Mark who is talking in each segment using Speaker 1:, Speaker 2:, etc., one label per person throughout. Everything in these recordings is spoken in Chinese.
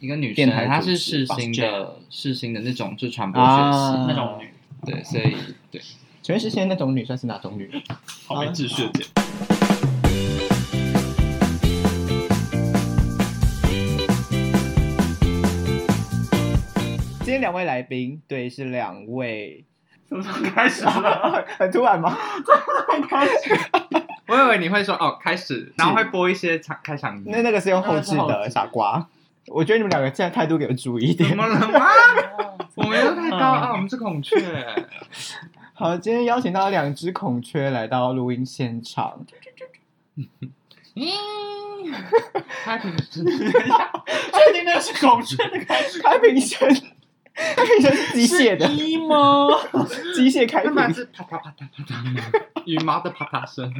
Speaker 1: 一个女
Speaker 2: 电
Speaker 1: 生，
Speaker 2: 台
Speaker 1: 她
Speaker 2: 主
Speaker 1: 是
Speaker 2: 持哦
Speaker 1: 世新
Speaker 3: Boss
Speaker 1: 的世新的那种就传播学系，
Speaker 2: 啊
Speaker 3: 那种女，
Speaker 1: 对，所以对，
Speaker 2: 请问是现在那种女算是哪种女？
Speaker 3: 好没秩序的姐妹。
Speaker 2: 今天两位来宾，对，是两位，
Speaker 3: 什么时候开始了？
Speaker 2: 很突然吗？
Speaker 3: 开始
Speaker 1: 我以为你会说哦开始，然后会播一些场开场
Speaker 2: 那
Speaker 1: 音，
Speaker 2: 那个是用后置
Speaker 3: 那个是后
Speaker 2: 的
Speaker 3: 置
Speaker 2: 傻瓜。我觉得你们两个现在态度给我注意一
Speaker 1: 怎
Speaker 2: 点。
Speaker 1: 么了吗？ 我们又太高
Speaker 2: 嗯
Speaker 1: 傲，我们是孔雀。
Speaker 2: 好，今天邀请到两只孔雀来到录音现场，
Speaker 1: 嗯，开屏
Speaker 3: 确定那是孔雀的开始？
Speaker 2: 开屏声，开屏声是机械的，
Speaker 3: 一吗？
Speaker 2: 机械开
Speaker 1: 那么
Speaker 2: 屏。
Speaker 1: 是啪嗒啪嗒啪嗒吗，羽毛的啪嗒声。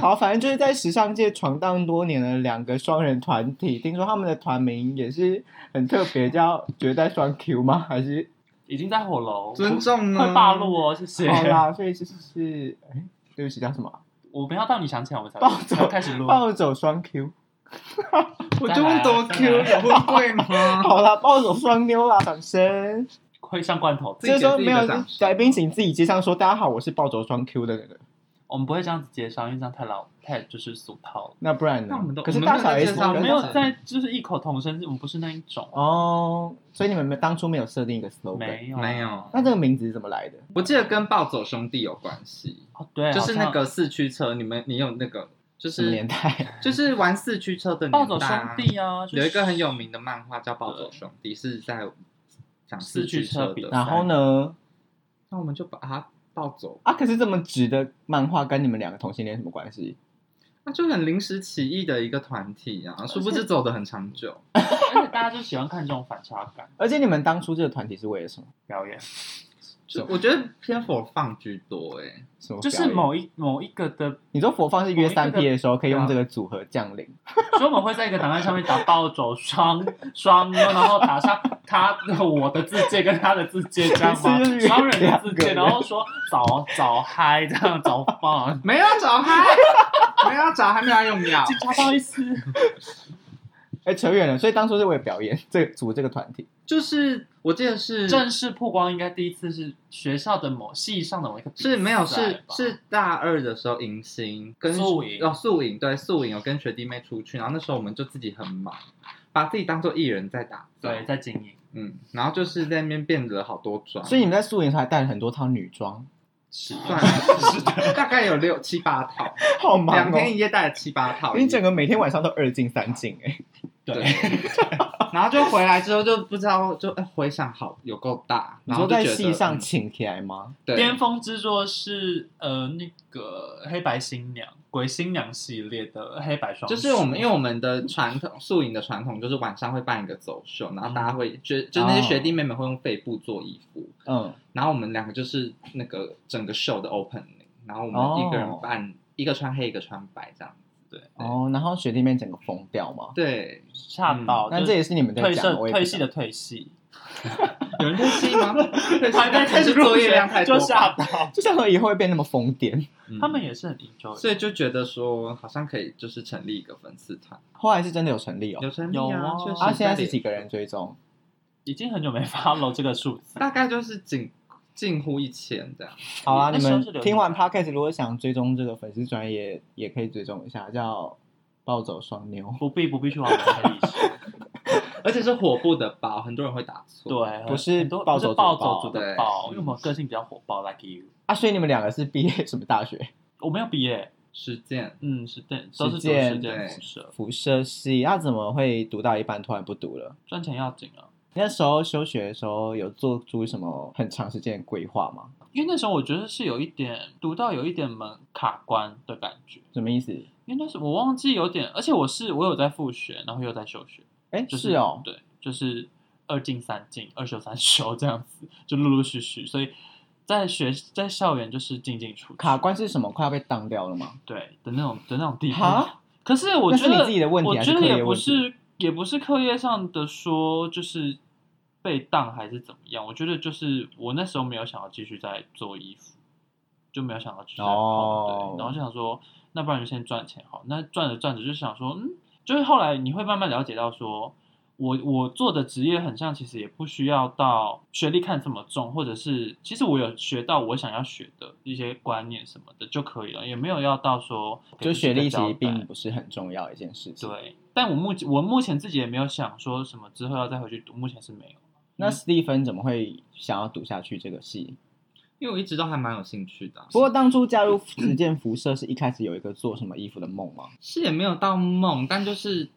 Speaker 2: 好，反正就是在时尚界闯荡多年的两个双人团体，听说他们的团名也是很特别，叫绝代双 Q 吗？还是
Speaker 3: 已经在火楼，
Speaker 1: 尊重啊呢？
Speaker 3: 会暴露哦，谢谢。
Speaker 2: 好 啦，所以就是，哎、对不起，叫什么啊？
Speaker 3: 我们要到你想起来，我们才
Speaker 2: 暴走
Speaker 3: 才开始录。
Speaker 2: 暴走双 Q。
Speaker 1: 我就问多 Q 有会贵吗？
Speaker 2: 好啦，暴走双妞啦，掌声。
Speaker 3: 会像罐头，
Speaker 1: 自
Speaker 2: 这
Speaker 1: 己
Speaker 2: 时
Speaker 1: 给
Speaker 2: 候
Speaker 1: 自己
Speaker 2: 没有
Speaker 1: 的掌声。
Speaker 2: 来宾，请自己接上说：“大家好，我是暴走双 Q 的那个。
Speaker 3: 我们不会这样子介绍，因为这样太老，太就是俗套了”。
Speaker 2: 那不然
Speaker 1: 那
Speaker 2: 呢
Speaker 1: 我们都？
Speaker 2: 可是
Speaker 1: 我们
Speaker 2: 大
Speaker 1: 没有
Speaker 2: 小
Speaker 1: 在
Speaker 2: S
Speaker 1: 介绍
Speaker 2: 跟
Speaker 3: 没有
Speaker 1: 对
Speaker 3: 在就是异口同声，我们不是那一种，啊
Speaker 2: 哦，所以你们没当初没有设定一个 slogan。
Speaker 3: 没有啊
Speaker 1: 没有，
Speaker 2: 那这个名字是怎么来的？
Speaker 1: 我记得跟暴走兄弟有关系，
Speaker 3: 哦，对，
Speaker 1: 就是
Speaker 3: 好
Speaker 1: 那
Speaker 3: 像
Speaker 1: 个四驱车，你们你有那个就
Speaker 2: 什么年
Speaker 1: 是
Speaker 2: 代？
Speaker 1: 就是玩四驱车的
Speaker 3: 暴
Speaker 1: 年
Speaker 3: 走
Speaker 1: 代
Speaker 3: 兄
Speaker 1: 啊
Speaker 3: 弟啊，就是
Speaker 1: 有一个很有名的漫画叫《暴走兄弟》，是在讲四驱车
Speaker 3: 四驱车比
Speaker 1: 的。
Speaker 2: 然后呢？
Speaker 1: 那我们就把它抱走，
Speaker 2: 啊，可是这么直的漫画跟你们两个同性恋什么关系？
Speaker 1: 那就很临时起意的一个团体啊，殊不知走的很长久。
Speaker 3: 而且大家就喜欢看这种反差感
Speaker 2: 而且你们当初这个团体是为了什么？
Speaker 3: 表演，
Speaker 1: 就我觉得偏佛放居多哎、
Speaker 2: 什么
Speaker 3: 就
Speaker 2: 表演？
Speaker 3: 是某一某一个的，
Speaker 2: 你说佛放是约
Speaker 3: 某一个
Speaker 2: 三 P 的时候可以
Speaker 1: 对
Speaker 2: 用
Speaker 1: 啊
Speaker 2: 这个组合降临，
Speaker 3: 所以我们会在一个档案上面打暴走双双妞，然后打上他我的字界跟他的字界，这样吗
Speaker 2: 是就是？
Speaker 3: 双人的字
Speaker 2: 两个
Speaker 3: 界，
Speaker 2: 人
Speaker 3: 然后说早早嗨这样早 放，
Speaker 1: 没有找嗨，没有找，还没有用 药。
Speaker 3: 警察不好意思，
Speaker 2: 哎，扯远了。所以当初是为了表演，这组这个团体。
Speaker 1: 就是我记得是
Speaker 3: 正式曝光应该第一次是学校的某系上的某一个比赛吧
Speaker 1: 是没有是是大二的时候迎新跟
Speaker 3: 宿营
Speaker 1: 哦宿营对宿营有跟学弟妹出去，然后那时候我们就自己很忙，把自己当做艺人在打造
Speaker 3: 对在经营
Speaker 1: 嗯，然后就是在那边变了好多妆，
Speaker 2: 所以你们在素颜时候还带了很多套女装，
Speaker 3: 是
Speaker 1: 算是啊大概有六七八套，
Speaker 2: 好
Speaker 1: 两
Speaker 2: 忙哦！
Speaker 1: 天一夜带了七八套衣服，
Speaker 2: 你整个每天晚上都二进三进哎、
Speaker 1: 对，然后就回来之后就不知道就哎回想好有够大，
Speaker 2: 你
Speaker 1: 然后
Speaker 2: 说
Speaker 1: 就觉
Speaker 2: 在
Speaker 1: 得
Speaker 2: 戏上
Speaker 1: 嗯
Speaker 2: 请起来吗？
Speaker 1: 对
Speaker 3: 巅峰之作是呃那个黑白新娘、鬼新娘系列的黑白双，
Speaker 1: 就是我们，因
Speaker 3: 为
Speaker 1: 为我们的传统宿营的传统就是晚上会办一个走秀，然后大家会就就那些学弟妹们会用肺部做衣服，
Speaker 2: 嗯，
Speaker 1: 然后我们两个就是那个整个秀的 opening，然后我
Speaker 2: 哦
Speaker 1: 们一个人扮、一个穿黑一个穿白这样，对
Speaker 2: 哦，然后学弟妹整个疯掉嘛。
Speaker 1: 对，
Speaker 3: 吓到，
Speaker 2: 那
Speaker 3: 就
Speaker 2: 嗯这也是你们在
Speaker 3: 退
Speaker 2: 讲的，
Speaker 3: 社
Speaker 2: 我也
Speaker 3: 退系
Speaker 2: 不
Speaker 3: 的退系，
Speaker 1: 有人在戏吗？
Speaker 3: 还在
Speaker 1: 但是作业量太多
Speaker 3: 就
Speaker 1: 吧，
Speaker 3: 吓到，
Speaker 2: 就像我以后会变那么疯癫。
Speaker 1: 嗯
Speaker 3: 他们也是很 enjoy
Speaker 1: 所以就觉得说好像可以就是成立一个粉丝团，
Speaker 2: 后来是真的有成立哦
Speaker 1: 有，成立
Speaker 3: 有啊
Speaker 1: 确实
Speaker 2: 啊，现在
Speaker 1: 脸
Speaker 2: 是几个人追踪？
Speaker 3: 已经很久没 follow 这个数字，
Speaker 1: 大概就是近近乎一千这样。
Speaker 2: 好啊，
Speaker 3: 那
Speaker 2: 你
Speaker 3: 时候
Speaker 2: 们
Speaker 3: 是流行
Speaker 2: 听完 podcast 如果想追踪这个粉丝专业，也可以追踪一下，叫暴走双妞。
Speaker 3: 不必不必去往我们的历史，
Speaker 1: 而且是火部的包，很多人会打错。
Speaker 3: 对，
Speaker 2: 不是
Speaker 3: 很多
Speaker 2: 暴
Speaker 3: 不
Speaker 2: 走
Speaker 3: 是
Speaker 2: 族
Speaker 3: 暴
Speaker 2: 爆
Speaker 3: 走族的
Speaker 1: 对
Speaker 3: 爆，因为我们个性比较火爆，like you，
Speaker 2: 啊，所以你们两个是毕业什么大学？
Speaker 3: 我没有毕业，
Speaker 1: 实践
Speaker 3: 嗯，是对，都
Speaker 2: 实
Speaker 3: 是读实
Speaker 2: 践
Speaker 3: 践
Speaker 1: 对
Speaker 3: 辐射，
Speaker 2: 辐射系，那、怎么会读到一半突然不读了？
Speaker 3: 赚钱要紧啊。
Speaker 2: 那时候休学的时候有做出什么很长时间的规划吗？
Speaker 3: 因为那时候我觉得是有一点读到有一点门卡关的感觉，
Speaker 2: 什么意思？
Speaker 3: 因为那时候我忘记有点，而且我是我有在复学，然后又在休学，
Speaker 2: 哎、
Speaker 3: 就是
Speaker 2: 是哦，
Speaker 3: 对，就是二进三进，二休三休这样子，就陆陆续续，所以在学在校园就是进进出出
Speaker 2: 卡关是什么？快要被当掉了吗？
Speaker 3: 对的那种的那种地步
Speaker 2: 哈。
Speaker 3: 可是我
Speaker 2: 那
Speaker 3: 觉
Speaker 2: 是
Speaker 3: 得
Speaker 2: 你自己的问题
Speaker 3: 我
Speaker 2: 还是
Speaker 3: 觉得
Speaker 2: 课业
Speaker 3: 也不
Speaker 2: 问题
Speaker 3: 是也不是课业上的说就是被当还是怎么样，我觉得就是我那时候没有想要继续再做衣服，就没有想要继续再碰、
Speaker 2: 哦
Speaker 3: 对，然后就想说那不然就先赚钱好，那赚着赚着就想说嗯，就是后来你会慢慢了解到说。我我做的职业很像，其实也不需要到学历看这么重，或者是其实我有学到我想要学的一些观念什么的就可以了，也没有要到说
Speaker 2: 就学历其
Speaker 3: 交
Speaker 2: 实
Speaker 3: 代
Speaker 2: 并不是很重要的一件事情。，
Speaker 3: 对。但我目前我目前自己也没有想说什么之后要再回去读，目前是没有。
Speaker 2: 那史蒂芬怎么会想要读下去这个系？
Speaker 1: 因为我一直都还蛮有兴趣的啊、
Speaker 2: 不过当初加入
Speaker 3: 嗯
Speaker 2: 实践辐射是一开始有一个做什么衣服的梦吗？
Speaker 1: 是也没有到梦，但就是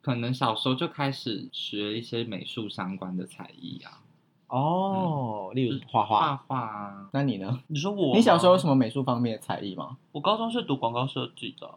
Speaker 1: 可能小时候就开始学一些美术相关的才艺啊，
Speaker 2: 哦，例如画
Speaker 1: 画
Speaker 2: 画。
Speaker 1: 画啊。
Speaker 2: 那你呢？
Speaker 3: 你说嗯我
Speaker 2: 你小时候有
Speaker 3: 什
Speaker 2: 什么美术方面的才艺吗？
Speaker 3: 我高中是读广告设计的啊，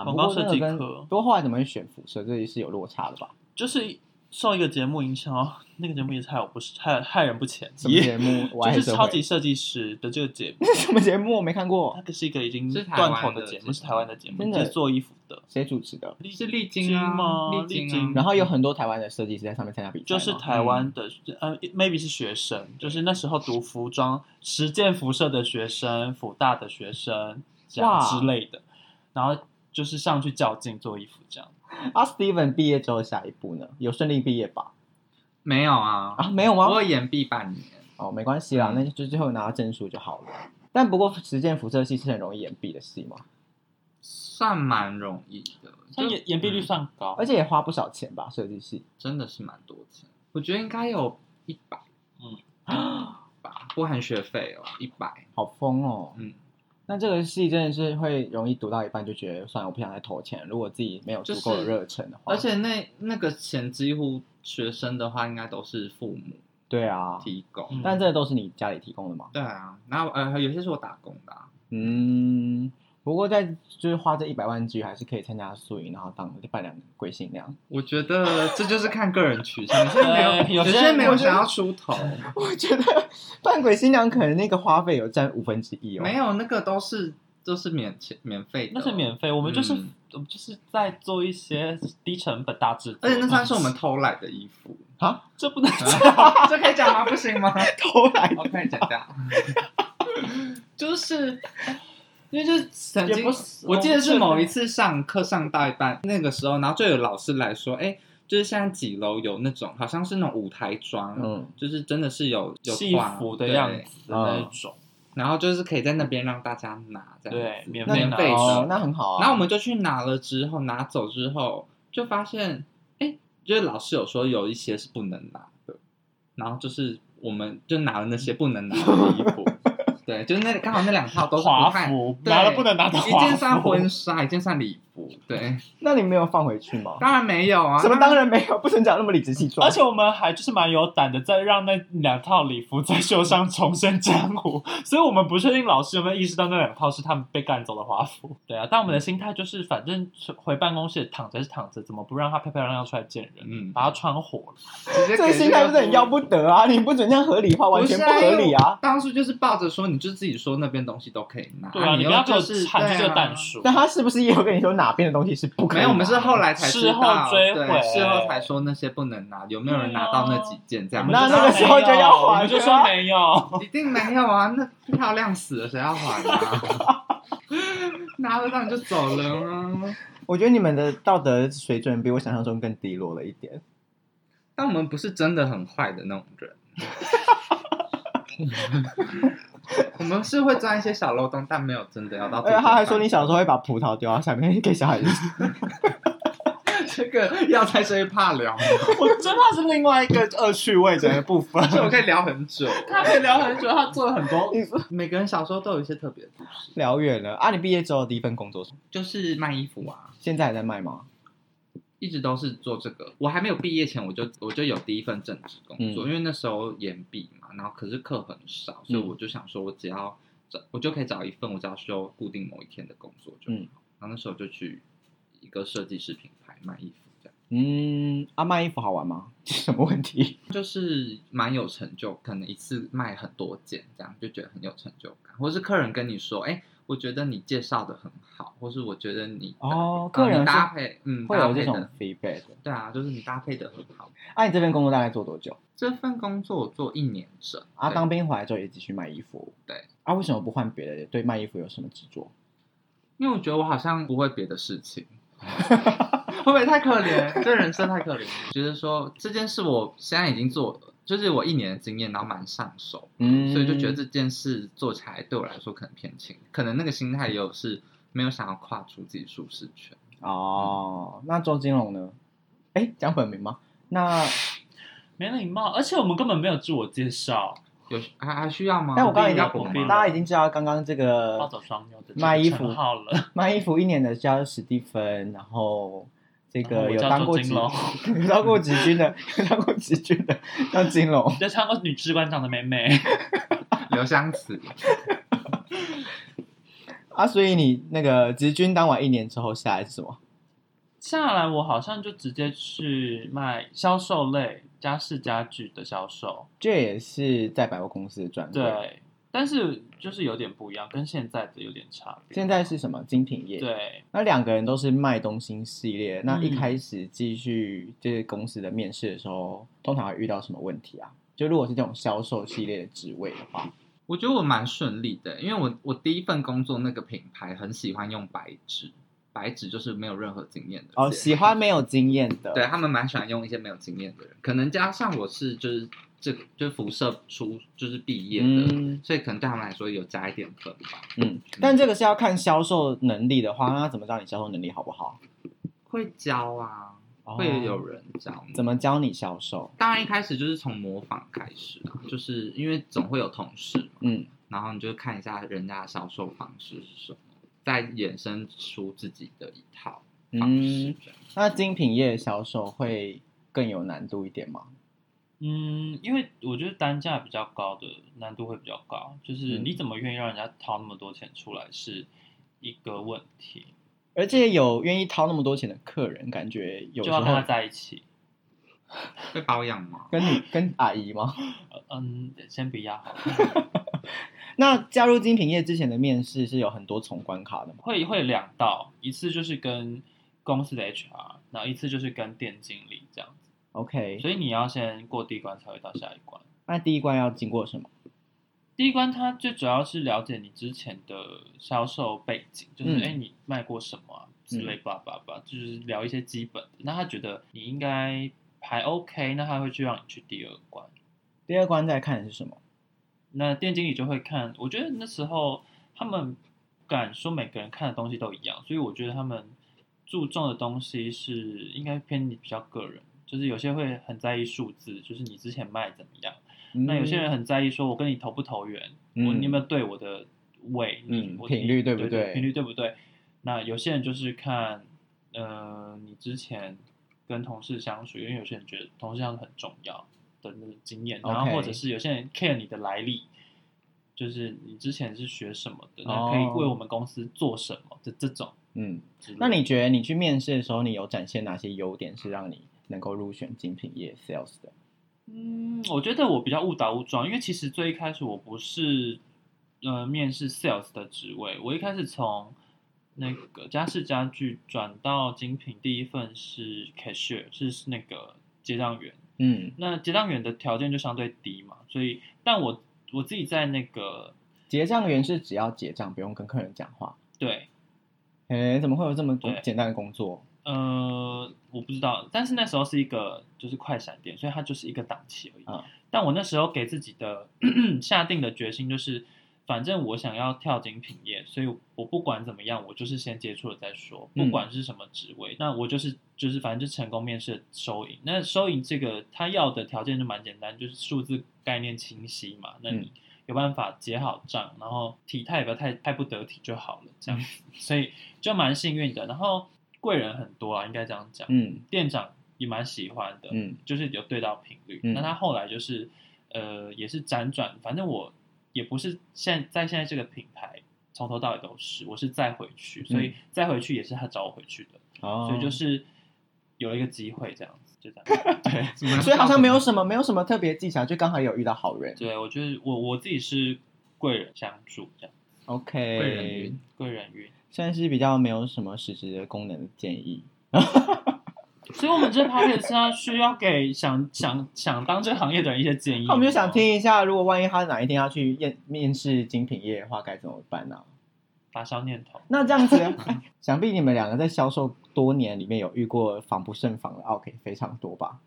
Speaker 2: 啊，
Speaker 3: 广
Speaker 2: 不
Speaker 3: 告
Speaker 2: 过那
Speaker 3: 设
Speaker 2: 个
Speaker 3: 计
Speaker 2: 跟
Speaker 3: 课
Speaker 2: 不过后来怎么会选辐射，这里是有落差的吧？
Speaker 3: 就是受一个节目影响哦， 那个节目也是害我不是害害人不浅，
Speaker 2: 什么节目？我还
Speaker 3: 就是
Speaker 2: 真
Speaker 3: 超
Speaker 2: 会
Speaker 3: 级设计师的这个节目，
Speaker 2: 这 是什么节目？我没看过
Speaker 3: 那，个是一个已经
Speaker 1: 是台湾
Speaker 3: 断头
Speaker 1: 的
Speaker 3: 的节
Speaker 1: 节
Speaker 3: 目，
Speaker 1: 目
Speaker 3: 是台湾的节目，
Speaker 2: 真的
Speaker 3: 就是做衣服的，
Speaker 2: 谁主持的？
Speaker 1: 是丽晶啊，
Speaker 3: 吗
Speaker 1: 丽
Speaker 3: 丽
Speaker 1: 晶
Speaker 3: 晶
Speaker 1: 啊，
Speaker 2: 然后有很多台湾的设计师在上面参加比赛吗，
Speaker 3: 嗯就是台
Speaker 1: 嗯
Speaker 3: 湾的呃，maybe 是学生，就是那时候读服装实践辐射的学生，辅大的学生这样
Speaker 2: 哇
Speaker 3: 之类的，然后就是上去较劲做衣服这样。
Speaker 2: 啊，Steven 毕业之后下一步呢？有顺利毕业吧？
Speaker 1: 没有啊，
Speaker 2: 啊，没有吗？
Speaker 1: 我有延毕半年。
Speaker 2: 哦，没关系啦，
Speaker 1: 嗯
Speaker 2: 那就最后拿到证书就好了。但不过实践辐射系是很容易掩蔽的系嘛，
Speaker 1: 算蛮容易的，
Speaker 3: 像
Speaker 1: 就
Speaker 3: 眼眼蔽率
Speaker 1: 嗯
Speaker 3: 算高，
Speaker 2: 而且也花不少钱吧，设计系。
Speaker 1: 真的是蛮多钱，我觉得应该有一百，
Speaker 3: 嗯
Speaker 1: 嗯，吧，不含学费哦，一百，
Speaker 2: 好疯哦！
Speaker 1: 嗯，
Speaker 2: 那这个系真的是会容易读到一半就觉得，算了，我不想再投钱。如果自己没有足够的
Speaker 1: 就是
Speaker 2: 热忱的话，
Speaker 1: 而且那那个钱几乎学生的话，应该都是父母
Speaker 2: 对啊，
Speaker 1: 提供，
Speaker 3: 嗯
Speaker 2: 但这都是你家里提供的嘛？
Speaker 1: 对啊，然后呃，有些是我打工的、啊，
Speaker 2: 嗯，不过在就是花这一百万之余，还是可以参加宿营，然后当伴娘、贵新娘。
Speaker 1: 我觉得这就是看个人取向，有些人没
Speaker 3: 对
Speaker 1: 有，
Speaker 3: 有
Speaker 1: 有
Speaker 3: 些
Speaker 1: 些人没有
Speaker 2: 我觉得嗯
Speaker 1: 想要出头，
Speaker 2: 我觉得扮鬼新娘可能那个花费有占五分之一哦。
Speaker 1: 没 有那个都是都是免钱免费的，
Speaker 3: 那是免费，我们就是、
Speaker 1: 嗯
Speaker 3: 我们就是在做一些低成本大制作，
Speaker 1: 而且那算是我们偷来的衣服，
Speaker 2: 啊，
Speaker 3: 这不能讲。
Speaker 1: 啊这可以讲吗？不行吗？
Speaker 2: 偷来
Speaker 1: 我可以剪掉。 就是因为就是曾
Speaker 3: 也
Speaker 1: 经
Speaker 3: 不是，
Speaker 1: 我记得是某一次上课上到一半，那个时候，然后就有老师来说，哎、就是现在几楼有那种好像是那种舞台装，
Speaker 2: 嗯，
Speaker 1: 就是真的是有有
Speaker 3: 戏
Speaker 1: 框
Speaker 3: 服的样
Speaker 1: 对
Speaker 3: 子那种，
Speaker 1: 然后就是可以在那边让大家拿这样
Speaker 3: 对，
Speaker 1: 子，
Speaker 3: 免
Speaker 2: 那
Speaker 3: 费
Speaker 1: 免
Speaker 3: 拿
Speaker 1: 费的
Speaker 2: 哦，那很好啊。
Speaker 1: 然后我们就去拿了之后，拿走之后就发现，哎，就是老师有说有一些是不能拿的，然后就是我们就拿了那些不能拿的衣 服，对，就是那刚好那两套都是
Speaker 3: 华
Speaker 1: 不太，
Speaker 3: 服
Speaker 1: 对
Speaker 3: 拿了不能拿到
Speaker 1: 一件
Speaker 3: 华
Speaker 1: 算
Speaker 3: 服，
Speaker 1: 婚纱，一件算礼服，对，
Speaker 2: 那你没有放回去吗？
Speaker 1: 当然没有啊，
Speaker 2: 什么当然没有，不准讲那么理直气壮。
Speaker 3: 而且我们还就是蛮有胆的，在让那两套礼服在秀上重现江湖， 所以我们不确定老师有没有意识到那两套是他们被干走的华服。对啊，但我们的心态就是，反正回办公室躺着是躺着，怎么不让他漂漂亮亮出来见人？
Speaker 1: 嗯
Speaker 3: 把他穿火了，
Speaker 1: 直接
Speaker 2: 这个
Speaker 1: 给
Speaker 2: 心态就是很要不得啊！你不准这样合理化，完全
Speaker 1: 不
Speaker 2: 不
Speaker 1: 是
Speaker 2: 合理
Speaker 1: 因为我
Speaker 2: 啊！
Speaker 1: 当初就是抱着说，你就自己说那边东西都可以拿，
Speaker 3: 对啊，你
Speaker 1: 你
Speaker 3: 不要给我
Speaker 1: 就是
Speaker 3: 产出这
Speaker 1: 对
Speaker 3: 个
Speaker 1: 啊
Speaker 3: 蛋数。
Speaker 2: 但他是不是也有跟你说哪边的东西是不可以
Speaker 1: 没
Speaker 2: 拿的？
Speaker 1: 有，我们是后来才知
Speaker 3: 事
Speaker 1: 道，
Speaker 3: 后追
Speaker 1: 对
Speaker 3: 悔
Speaker 1: 事后才说那些不能拿，有没有人拿到那几件这样？
Speaker 2: 那
Speaker 3: 我们
Speaker 2: 那个时候就要还
Speaker 3: 我们就说没有。
Speaker 1: 一定没有啊，那漂亮死了，谁要还啊？ 拿了到你就走了啊！
Speaker 2: 我觉得你们的道德水准比我想象中更低落了一点。
Speaker 1: 但我们不是真的很坏的那种人， 我们是会钻一些小漏洞，但没有真的要到。
Speaker 2: 而且哎啊他还说你小时候会把葡萄丢到下面给小孩子吃。
Speaker 1: 这个要在这一怕 聊吗，
Speaker 3: 我真的是另外一个恶趣味的部分。
Speaker 1: 这我可以聊很久。
Speaker 3: 他可以聊很久，他做了很多
Speaker 2: 你说
Speaker 1: 每个人小时候都有一些特别的，
Speaker 2: 聊远了啊！你毕业之后第一份工作是
Speaker 1: 就是卖衣服啊，
Speaker 2: 现在还在卖吗？
Speaker 1: 一直都是做这个。我还没有毕业前，我就我就有第一份正职工作，
Speaker 2: 嗯
Speaker 1: 因为那时候研毕嘛，然后可是课很少，所以我就想说，我只要找，我就可以找一份我只要休固定某一天的工作就好。
Speaker 2: 嗯
Speaker 1: 然后那时候就去一个设计师品牌卖衣服，这样
Speaker 2: 嗯，啊，卖衣服好玩吗？ 什么问题？
Speaker 1: 就是蛮有成就，可能一次卖很多件，这样就觉得很有成就感。或是客人跟你说，哎、我觉得你介绍的很好，或是我觉得你
Speaker 2: 哦
Speaker 1: 呃
Speaker 2: 客人
Speaker 1: 你搭
Speaker 2: 是
Speaker 1: 配，嗯，
Speaker 2: 会
Speaker 1: 搭
Speaker 2: 有这
Speaker 1: 配
Speaker 2: 种
Speaker 1: 的
Speaker 2: feedback 的。
Speaker 1: 对啊，就是你搭配的很好。
Speaker 2: 啊，你这份工作大概做多久？
Speaker 1: 这份工作我做一年整
Speaker 2: 啊，
Speaker 1: 对
Speaker 2: 当兵回来之后也继续卖衣服。
Speaker 1: 对。
Speaker 2: 啊，为什么不换别的？对卖衣服有什么执着？
Speaker 1: 因为我觉得我好像不会别的事情，会不会太可怜？这人生太可怜。觉得说这件事我现在已经做，就是我一年的经验，然后蛮上手，
Speaker 2: 嗯
Speaker 1: 所以就觉得这件事做起来对我来说可能偏轻，可能那个心态也有是没有想要跨出自己舒适圈。
Speaker 2: 哦，那周金龙呢？哎，讲本名吗？那
Speaker 3: 没礼貌，而且我们根本没有自我介绍，
Speaker 1: 有还还需要吗？
Speaker 2: 但我刚刚已
Speaker 1: 要
Speaker 2: 经
Speaker 1: 补
Speaker 3: 我必
Speaker 1: 吗？
Speaker 3: 了哦
Speaker 2: 大家已经知道刚刚这
Speaker 3: 暴
Speaker 2: 个
Speaker 3: 走双牛的
Speaker 2: 呃卖衣服
Speaker 3: 好了，
Speaker 2: 卖衣服一年的叫史蒂芬，然后这
Speaker 3: 然后
Speaker 2: 个
Speaker 3: 我
Speaker 2: 有
Speaker 3: 叫
Speaker 2: 当
Speaker 3: 周
Speaker 2: 过
Speaker 3: 金
Speaker 2: 职
Speaker 3: 龙
Speaker 2: 有当过职军的，有当过职军的叫金龙。
Speaker 3: 就穿过女士官长的妹妹，
Speaker 1: 刘湘慈，
Speaker 2: 啊，所以你那个职军当完一年之后下来是什么？
Speaker 3: 下来我好像就直接去卖销售类家饰家具的销售，
Speaker 2: 这也是在百货公司的专柜。，
Speaker 3: 对，但是就是有点不一样，跟现在的有点差别。
Speaker 2: 现在是什么精品业？，
Speaker 3: 对，
Speaker 2: 那两个人都是卖东西系列。那一
Speaker 3: 嗯
Speaker 2: 开始继续就是公司的面试的时候，通常会遇到什么问题啊？就如果是这种销售系列的职位的话，
Speaker 1: 我觉得我蛮顺利的，因为我我第一份工作那个品牌很喜欢用白纸，白纸就是没有任何经验的
Speaker 2: 哦，
Speaker 1: 人
Speaker 2: 喜欢没有经验的，
Speaker 1: 对，他们蛮喜欢用一些没有经验的人，可能加上我是就是这个就是辐射出就是毕业的，
Speaker 2: 嗯
Speaker 1: 所以可能对他们来说有加一点分吧。
Speaker 2: 嗯，但这个是要看销售能力的话，那他怎么知道你销售能力好不好？
Speaker 1: 会教啊，
Speaker 2: 哦
Speaker 1: 会有人教你。
Speaker 2: 怎么教你销售？
Speaker 1: 当然一开始就是从模仿开始啊，就是因为总会有同事嘛，
Speaker 2: 嗯，
Speaker 1: 然后你就看一下人家的销售方式是什么，再衍生出自己的一套方式
Speaker 2: 嗯，
Speaker 1: 这样。
Speaker 2: 那精品业的销售会更有难度一点吗？
Speaker 3: 嗯，因为我觉得单价比较高的难度会比较高，就是
Speaker 2: 嗯
Speaker 3: 你怎么愿意让人家掏那么多钱出来是一个问题，
Speaker 2: 而且有愿意掏那么多钱的客人，感觉有时
Speaker 3: 就要跟他
Speaker 2: 候
Speaker 3: 在一起。
Speaker 1: 会保养吗？
Speaker 2: 跟你跟阿姨吗？
Speaker 3: 呃嗯，先不要 好了，
Speaker 2: 那加入精品业之前的面试是有很多重关卡的吗？
Speaker 3: 会会两道，一次就是跟公司的 HR，然后一次就是跟店经理这样子，
Speaker 2: OK，
Speaker 3: 所以你要先过第一关才会到下一关。
Speaker 2: 那第一关要经过什么？
Speaker 3: 第一关，它最主要是了解你之前的销售背景，就是
Speaker 2: 嗯
Speaker 3: 哎、诶你卖过什么啊之类，叭叭叭，就是聊一些基本的。那他觉得你应该还 OK，那他会去让你去第二关。
Speaker 2: 第二关再看是什么？
Speaker 3: 那店经理就会看，我觉得那时候他们不敢说每个人看的东西都一样，所以我觉得他们注重的东西是应该偏你比较个人，就是有些会很在意数字，就是你之前卖怎么样。那有些人很在意，说我跟你投不投缘，
Speaker 2: 嗯
Speaker 3: 我你有没有对我的胃，
Speaker 2: 嗯
Speaker 3: 我
Speaker 2: 频率对不
Speaker 3: 对
Speaker 2: 对
Speaker 3: 频率对不对？那有些人就是看，呃，你之前跟同事相处，因为有些人觉得同事相处很重要的那个经验，然后
Speaker 2: OK
Speaker 3: 或者是有些人 care 你的来历，就是你之前是学什么的，
Speaker 2: 哦
Speaker 3: 那可以为我们公司做什么的这种
Speaker 2: 嗯，
Speaker 3: 之类的。
Speaker 2: 那你觉得你去面试的时候，你有展现哪些优点是让你能够入选精品业 sales 的？
Speaker 3: 嗯，我觉得我比较误打误撞，因为其实最一开始我不是呃面试 sales 的职位，我一开始从那个家饰家具转到精品，第一份是 cashier，是那个结账员。
Speaker 2: 嗯，
Speaker 3: 那结账员的条件就相对低嘛，所以但我我自己在那个
Speaker 2: 结账员是只要结账，不用跟客人讲话。
Speaker 3: 对
Speaker 2: 诶，怎么会有这么多
Speaker 3: 对
Speaker 2: 简单的工作？
Speaker 3: 呃，我不知道，但是那时候是一个就是快闪店，所以它就是一个档期而已。
Speaker 2: 嗯
Speaker 3: 但我那时候给自己的 下定的决心就是，反正我想要跳精品业，所以我不管怎么样，我就是先接触了再说，
Speaker 2: 嗯
Speaker 3: 不管是什么职位，那我就是就是反正就成功面试收银。那收银这个他要的条件就蛮简单，就是数字概念清晰嘛，那
Speaker 2: 嗯
Speaker 3: 你有办法结好账，然后体态也不要太太不得体就好了，
Speaker 2: 嗯
Speaker 3: 这样子，所以就蛮幸运的。然后贵人很多啊，应该这样讲，
Speaker 2: 嗯
Speaker 3: 店长也蛮喜欢的，
Speaker 2: 嗯
Speaker 3: 就是有对到频率。
Speaker 2: 嗯
Speaker 3: 那他后来就是呃，也是辗转，反正我也不是现在现在这个品牌从头到尾都是，我是再回去，所以再回去也是他找我回去的，
Speaker 2: 嗯哦，
Speaker 3: 所以就是有一个机会这样子，就这 样。对
Speaker 1: 怎么
Speaker 2: 所以好像没有
Speaker 1: 到
Speaker 2: 什么没有什么特别技巧，就刚好有遇到好人。
Speaker 3: 对，我觉得我我自己是贵人相助这样，
Speaker 1: 贵人运
Speaker 2: OK，
Speaker 3: 贵人运。
Speaker 2: 算是比较没有什么实质的功能的建议。
Speaker 3: 所以，我们这 p o d c a s 要需要给想想想当这个行业的人一哦些建议。
Speaker 2: 那我们就想听一下，如果万一他哪一天要去验面试精品业的话，该怎么办呢、
Speaker 3: 打消念头。
Speaker 2: 那这样 子，哎想必你们两个在销售多年里面有遇过防不胜防的 OK 非常多吧？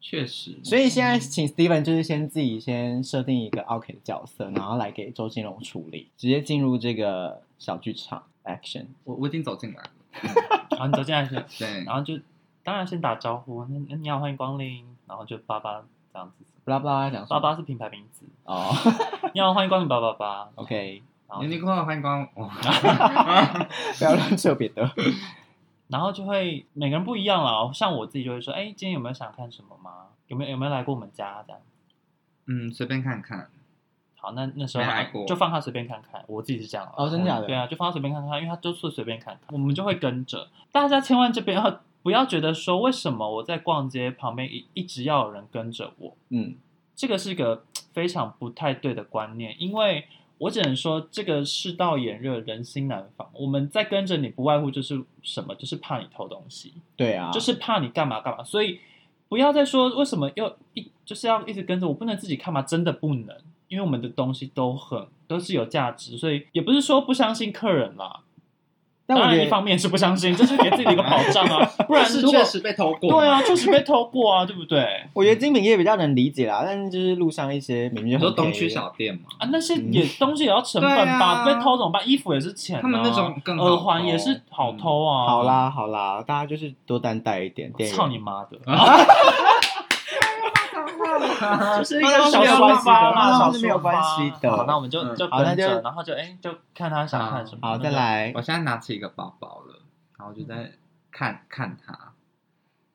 Speaker 1: 确实，
Speaker 2: 所以现在请 Steven 就是先自己先设定一个 OK 的角色，然后来给周金龙处理，直接进入这个小剧场 action。
Speaker 1: 我我已经走进来了。
Speaker 3: 然后你走进来是，
Speaker 1: 对，
Speaker 3: 然后就当然先打招呼，那那你好，欢迎光临，然后就爸爸这样子，
Speaker 2: 巴拉巴拉讲什
Speaker 3: 爸
Speaker 2: 么
Speaker 3: 爸是品牌名字，
Speaker 2: 哦
Speaker 3: 你好，欢迎光临，爸爸爸。
Speaker 2: ，OK，
Speaker 3: 然后
Speaker 1: 牛尼裤欢迎光临。
Speaker 2: 不要乱扯别的。
Speaker 3: 然后就会每个人不一样了。像我自己就会说，哎，今天有没有想看什么吗？有没有有没有来过我们家这样？
Speaker 1: 嗯，随便看看。
Speaker 3: 好，那那时候
Speaker 1: 没来过
Speaker 3: 就放他随便看看，我自己是这样啊
Speaker 2: 哦，真假的
Speaker 3: 对？啊，就放他随便看看，因为他就是随便看看，我们就会跟着。大家千万这边要不要觉得说，为什么我在逛街旁边一一直要有人跟着我？
Speaker 2: 嗯，
Speaker 3: 这个是个非常不太对的观念，因为我只能说这个世道炎热，人心难防。我们在跟着你，不外乎就是什么，就是怕你偷东西。
Speaker 2: 对啊，
Speaker 3: 就是怕你干嘛干嘛，所以不要再说为什么要一就是要一直跟着我，不能自己看吗？真的不能，因为我们的东西都很都是有价值，所以也不是说不相信客人啦。
Speaker 2: 但
Speaker 3: 当
Speaker 2: 我
Speaker 3: 然
Speaker 2: 觉
Speaker 3: 一
Speaker 2: 得
Speaker 3: 方面是不相信，这是给自己的一个保障 啊，不然
Speaker 1: 是
Speaker 3: 如果
Speaker 1: 确实被偷过。
Speaker 3: 对，啊，确实被偷过啊，对不对？
Speaker 2: 我觉得精品业比较能理解啦，但是就是路上一些明明就
Speaker 1: 你说
Speaker 2: 很
Speaker 1: 东
Speaker 2: 便宜
Speaker 1: 区
Speaker 2: 的
Speaker 1: 小店嘛，
Speaker 3: 啊，那些也、东西也要成
Speaker 1: 嗯
Speaker 3: 本
Speaker 1: 对
Speaker 3: 吧，
Speaker 1: 啊
Speaker 3: 被偷怎么办？衣服也是钱、啊，
Speaker 1: 他们那种更好偷嗯
Speaker 3: 耳环也是好偷啊。
Speaker 2: 好，啦好啦，大家就是多担待一点。店员
Speaker 3: 操你妈的！
Speaker 2: 就是
Speaker 3: 小
Speaker 1: 没有
Speaker 3: 关
Speaker 1: 关系
Speaker 3: 系的
Speaker 1: 的
Speaker 3: 啦，小
Speaker 2: 是没有关系的。
Speaker 3: 好，那我们就
Speaker 1: 嗯
Speaker 3: 就
Speaker 2: 好那
Speaker 3: 跟着，
Speaker 2: 就啊
Speaker 3: 然后就哎，就看他想看什么。
Speaker 2: 好再，来
Speaker 1: 我现在拿起一个包包了，然后就在
Speaker 2: 嗯
Speaker 1: 看看它。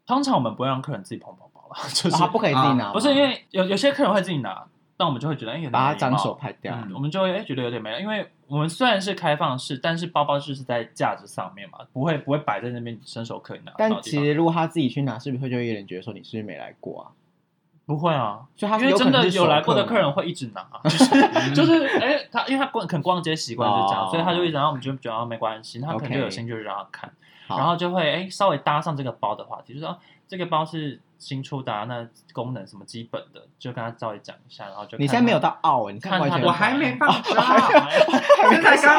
Speaker 3: 通常我们不会让客人自己捧包包了， 就是
Speaker 2: 啊，不可以自己拿吗，
Speaker 3: 不是因为有有些客人会自己拿，但我们就会觉得哎，有点
Speaker 2: 把它
Speaker 3: 没礼
Speaker 2: 脏
Speaker 3: 貌
Speaker 2: 手拍掉。
Speaker 3: 嗯，我们就会哎觉得有点没了，因为我们虽然是开放式，但是包包就是在架子上面嘛，不会不会摆在那边伸手可以拿到的地
Speaker 2: 但
Speaker 3: 方。
Speaker 2: 其实如果他自己去拿，是不是会就有点觉得说你是不是没来过啊？
Speaker 3: 不会啊，
Speaker 2: 所以他
Speaker 3: 因为
Speaker 2: 有可
Speaker 3: 真
Speaker 2: 能
Speaker 3: 的
Speaker 2: 是
Speaker 3: 有来
Speaker 2: 熟
Speaker 3: 过的
Speaker 2: 嘛
Speaker 3: 客人会一直拿， 就是就是哎、他因为他逛可能逛街习惯就是这样，
Speaker 2: 哦
Speaker 3: 所以他就一直，然后我们就觉得啊没关系，他可能就有兴趣就让他看，
Speaker 2: 好
Speaker 3: 然后就会哎、稍微搭上这个包的话题，就说、啊、这个包是新出的、啊，那功能什么基本的，就跟他稍微讲一下，然后就
Speaker 2: 你
Speaker 3: 看
Speaker 2: 现在没有
Speaker 3: 他
Speaker 2: 到傲，你现在
Speaker 3: 看
Speaker 2: 完
Speaker 3: 他
Speaker 2: 全
Speaker 3: 的
Speaker 1: 我还没放
Speaker 3: 哦还
Speaker 1: 上，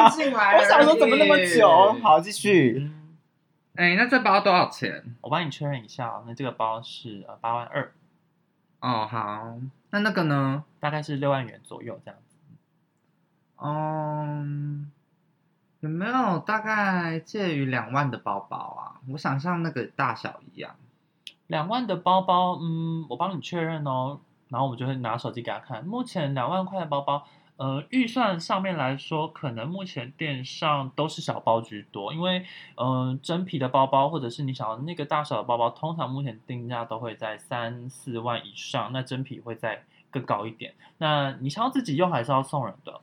Speaker 1: 我才刚进来而已。
Speaker 2: 我想说怎么那么久？好，继续。
Speaker 3: 嗯，
Speaker 1: 哎，那这包多少钱？
Speaker 3: 我帮你确认一下、哦，那这个包是呃八万二，
Speaker 1: 哦，好，那那个呢？
Speaker 3: 大概是六万元左右这样子，
Speaker 1: 嗯，有没有大概介于两万的包包啊？我想像那个大小一样。
Speaker 3: 两万的包包，嗯，我帮你确认哦，然后我们就会拿手机给他看，目前两万块的包包。呃，预算上面来说，可能目前店上都是小包居多，因为呃，真皮的包包或者是你想要那个大小的包包，通常目前定价都会在三四万以上，那真皮会再更高一点。那你想要自己用还是要送人的？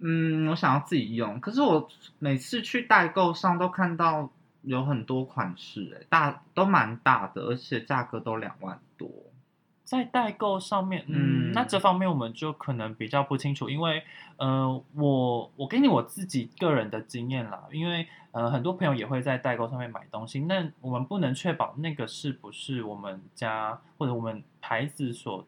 Speaker 1: 嗯，我想要自己用，可是我每次去代购上都看到有很多款式、欸，大都蛮大的，而且价格都两万多。
Speaker 3: 在代购上面，嗯，
Speaker 1: 嗯
Speaker 3: 那这方面我们就可能比较不清楚，因为，呃，我我给你我自己个人的经验啦，因为呃，很多朋友也会在代购上面买东西，那我们不能确保那个是不是我们家或者我们牌子所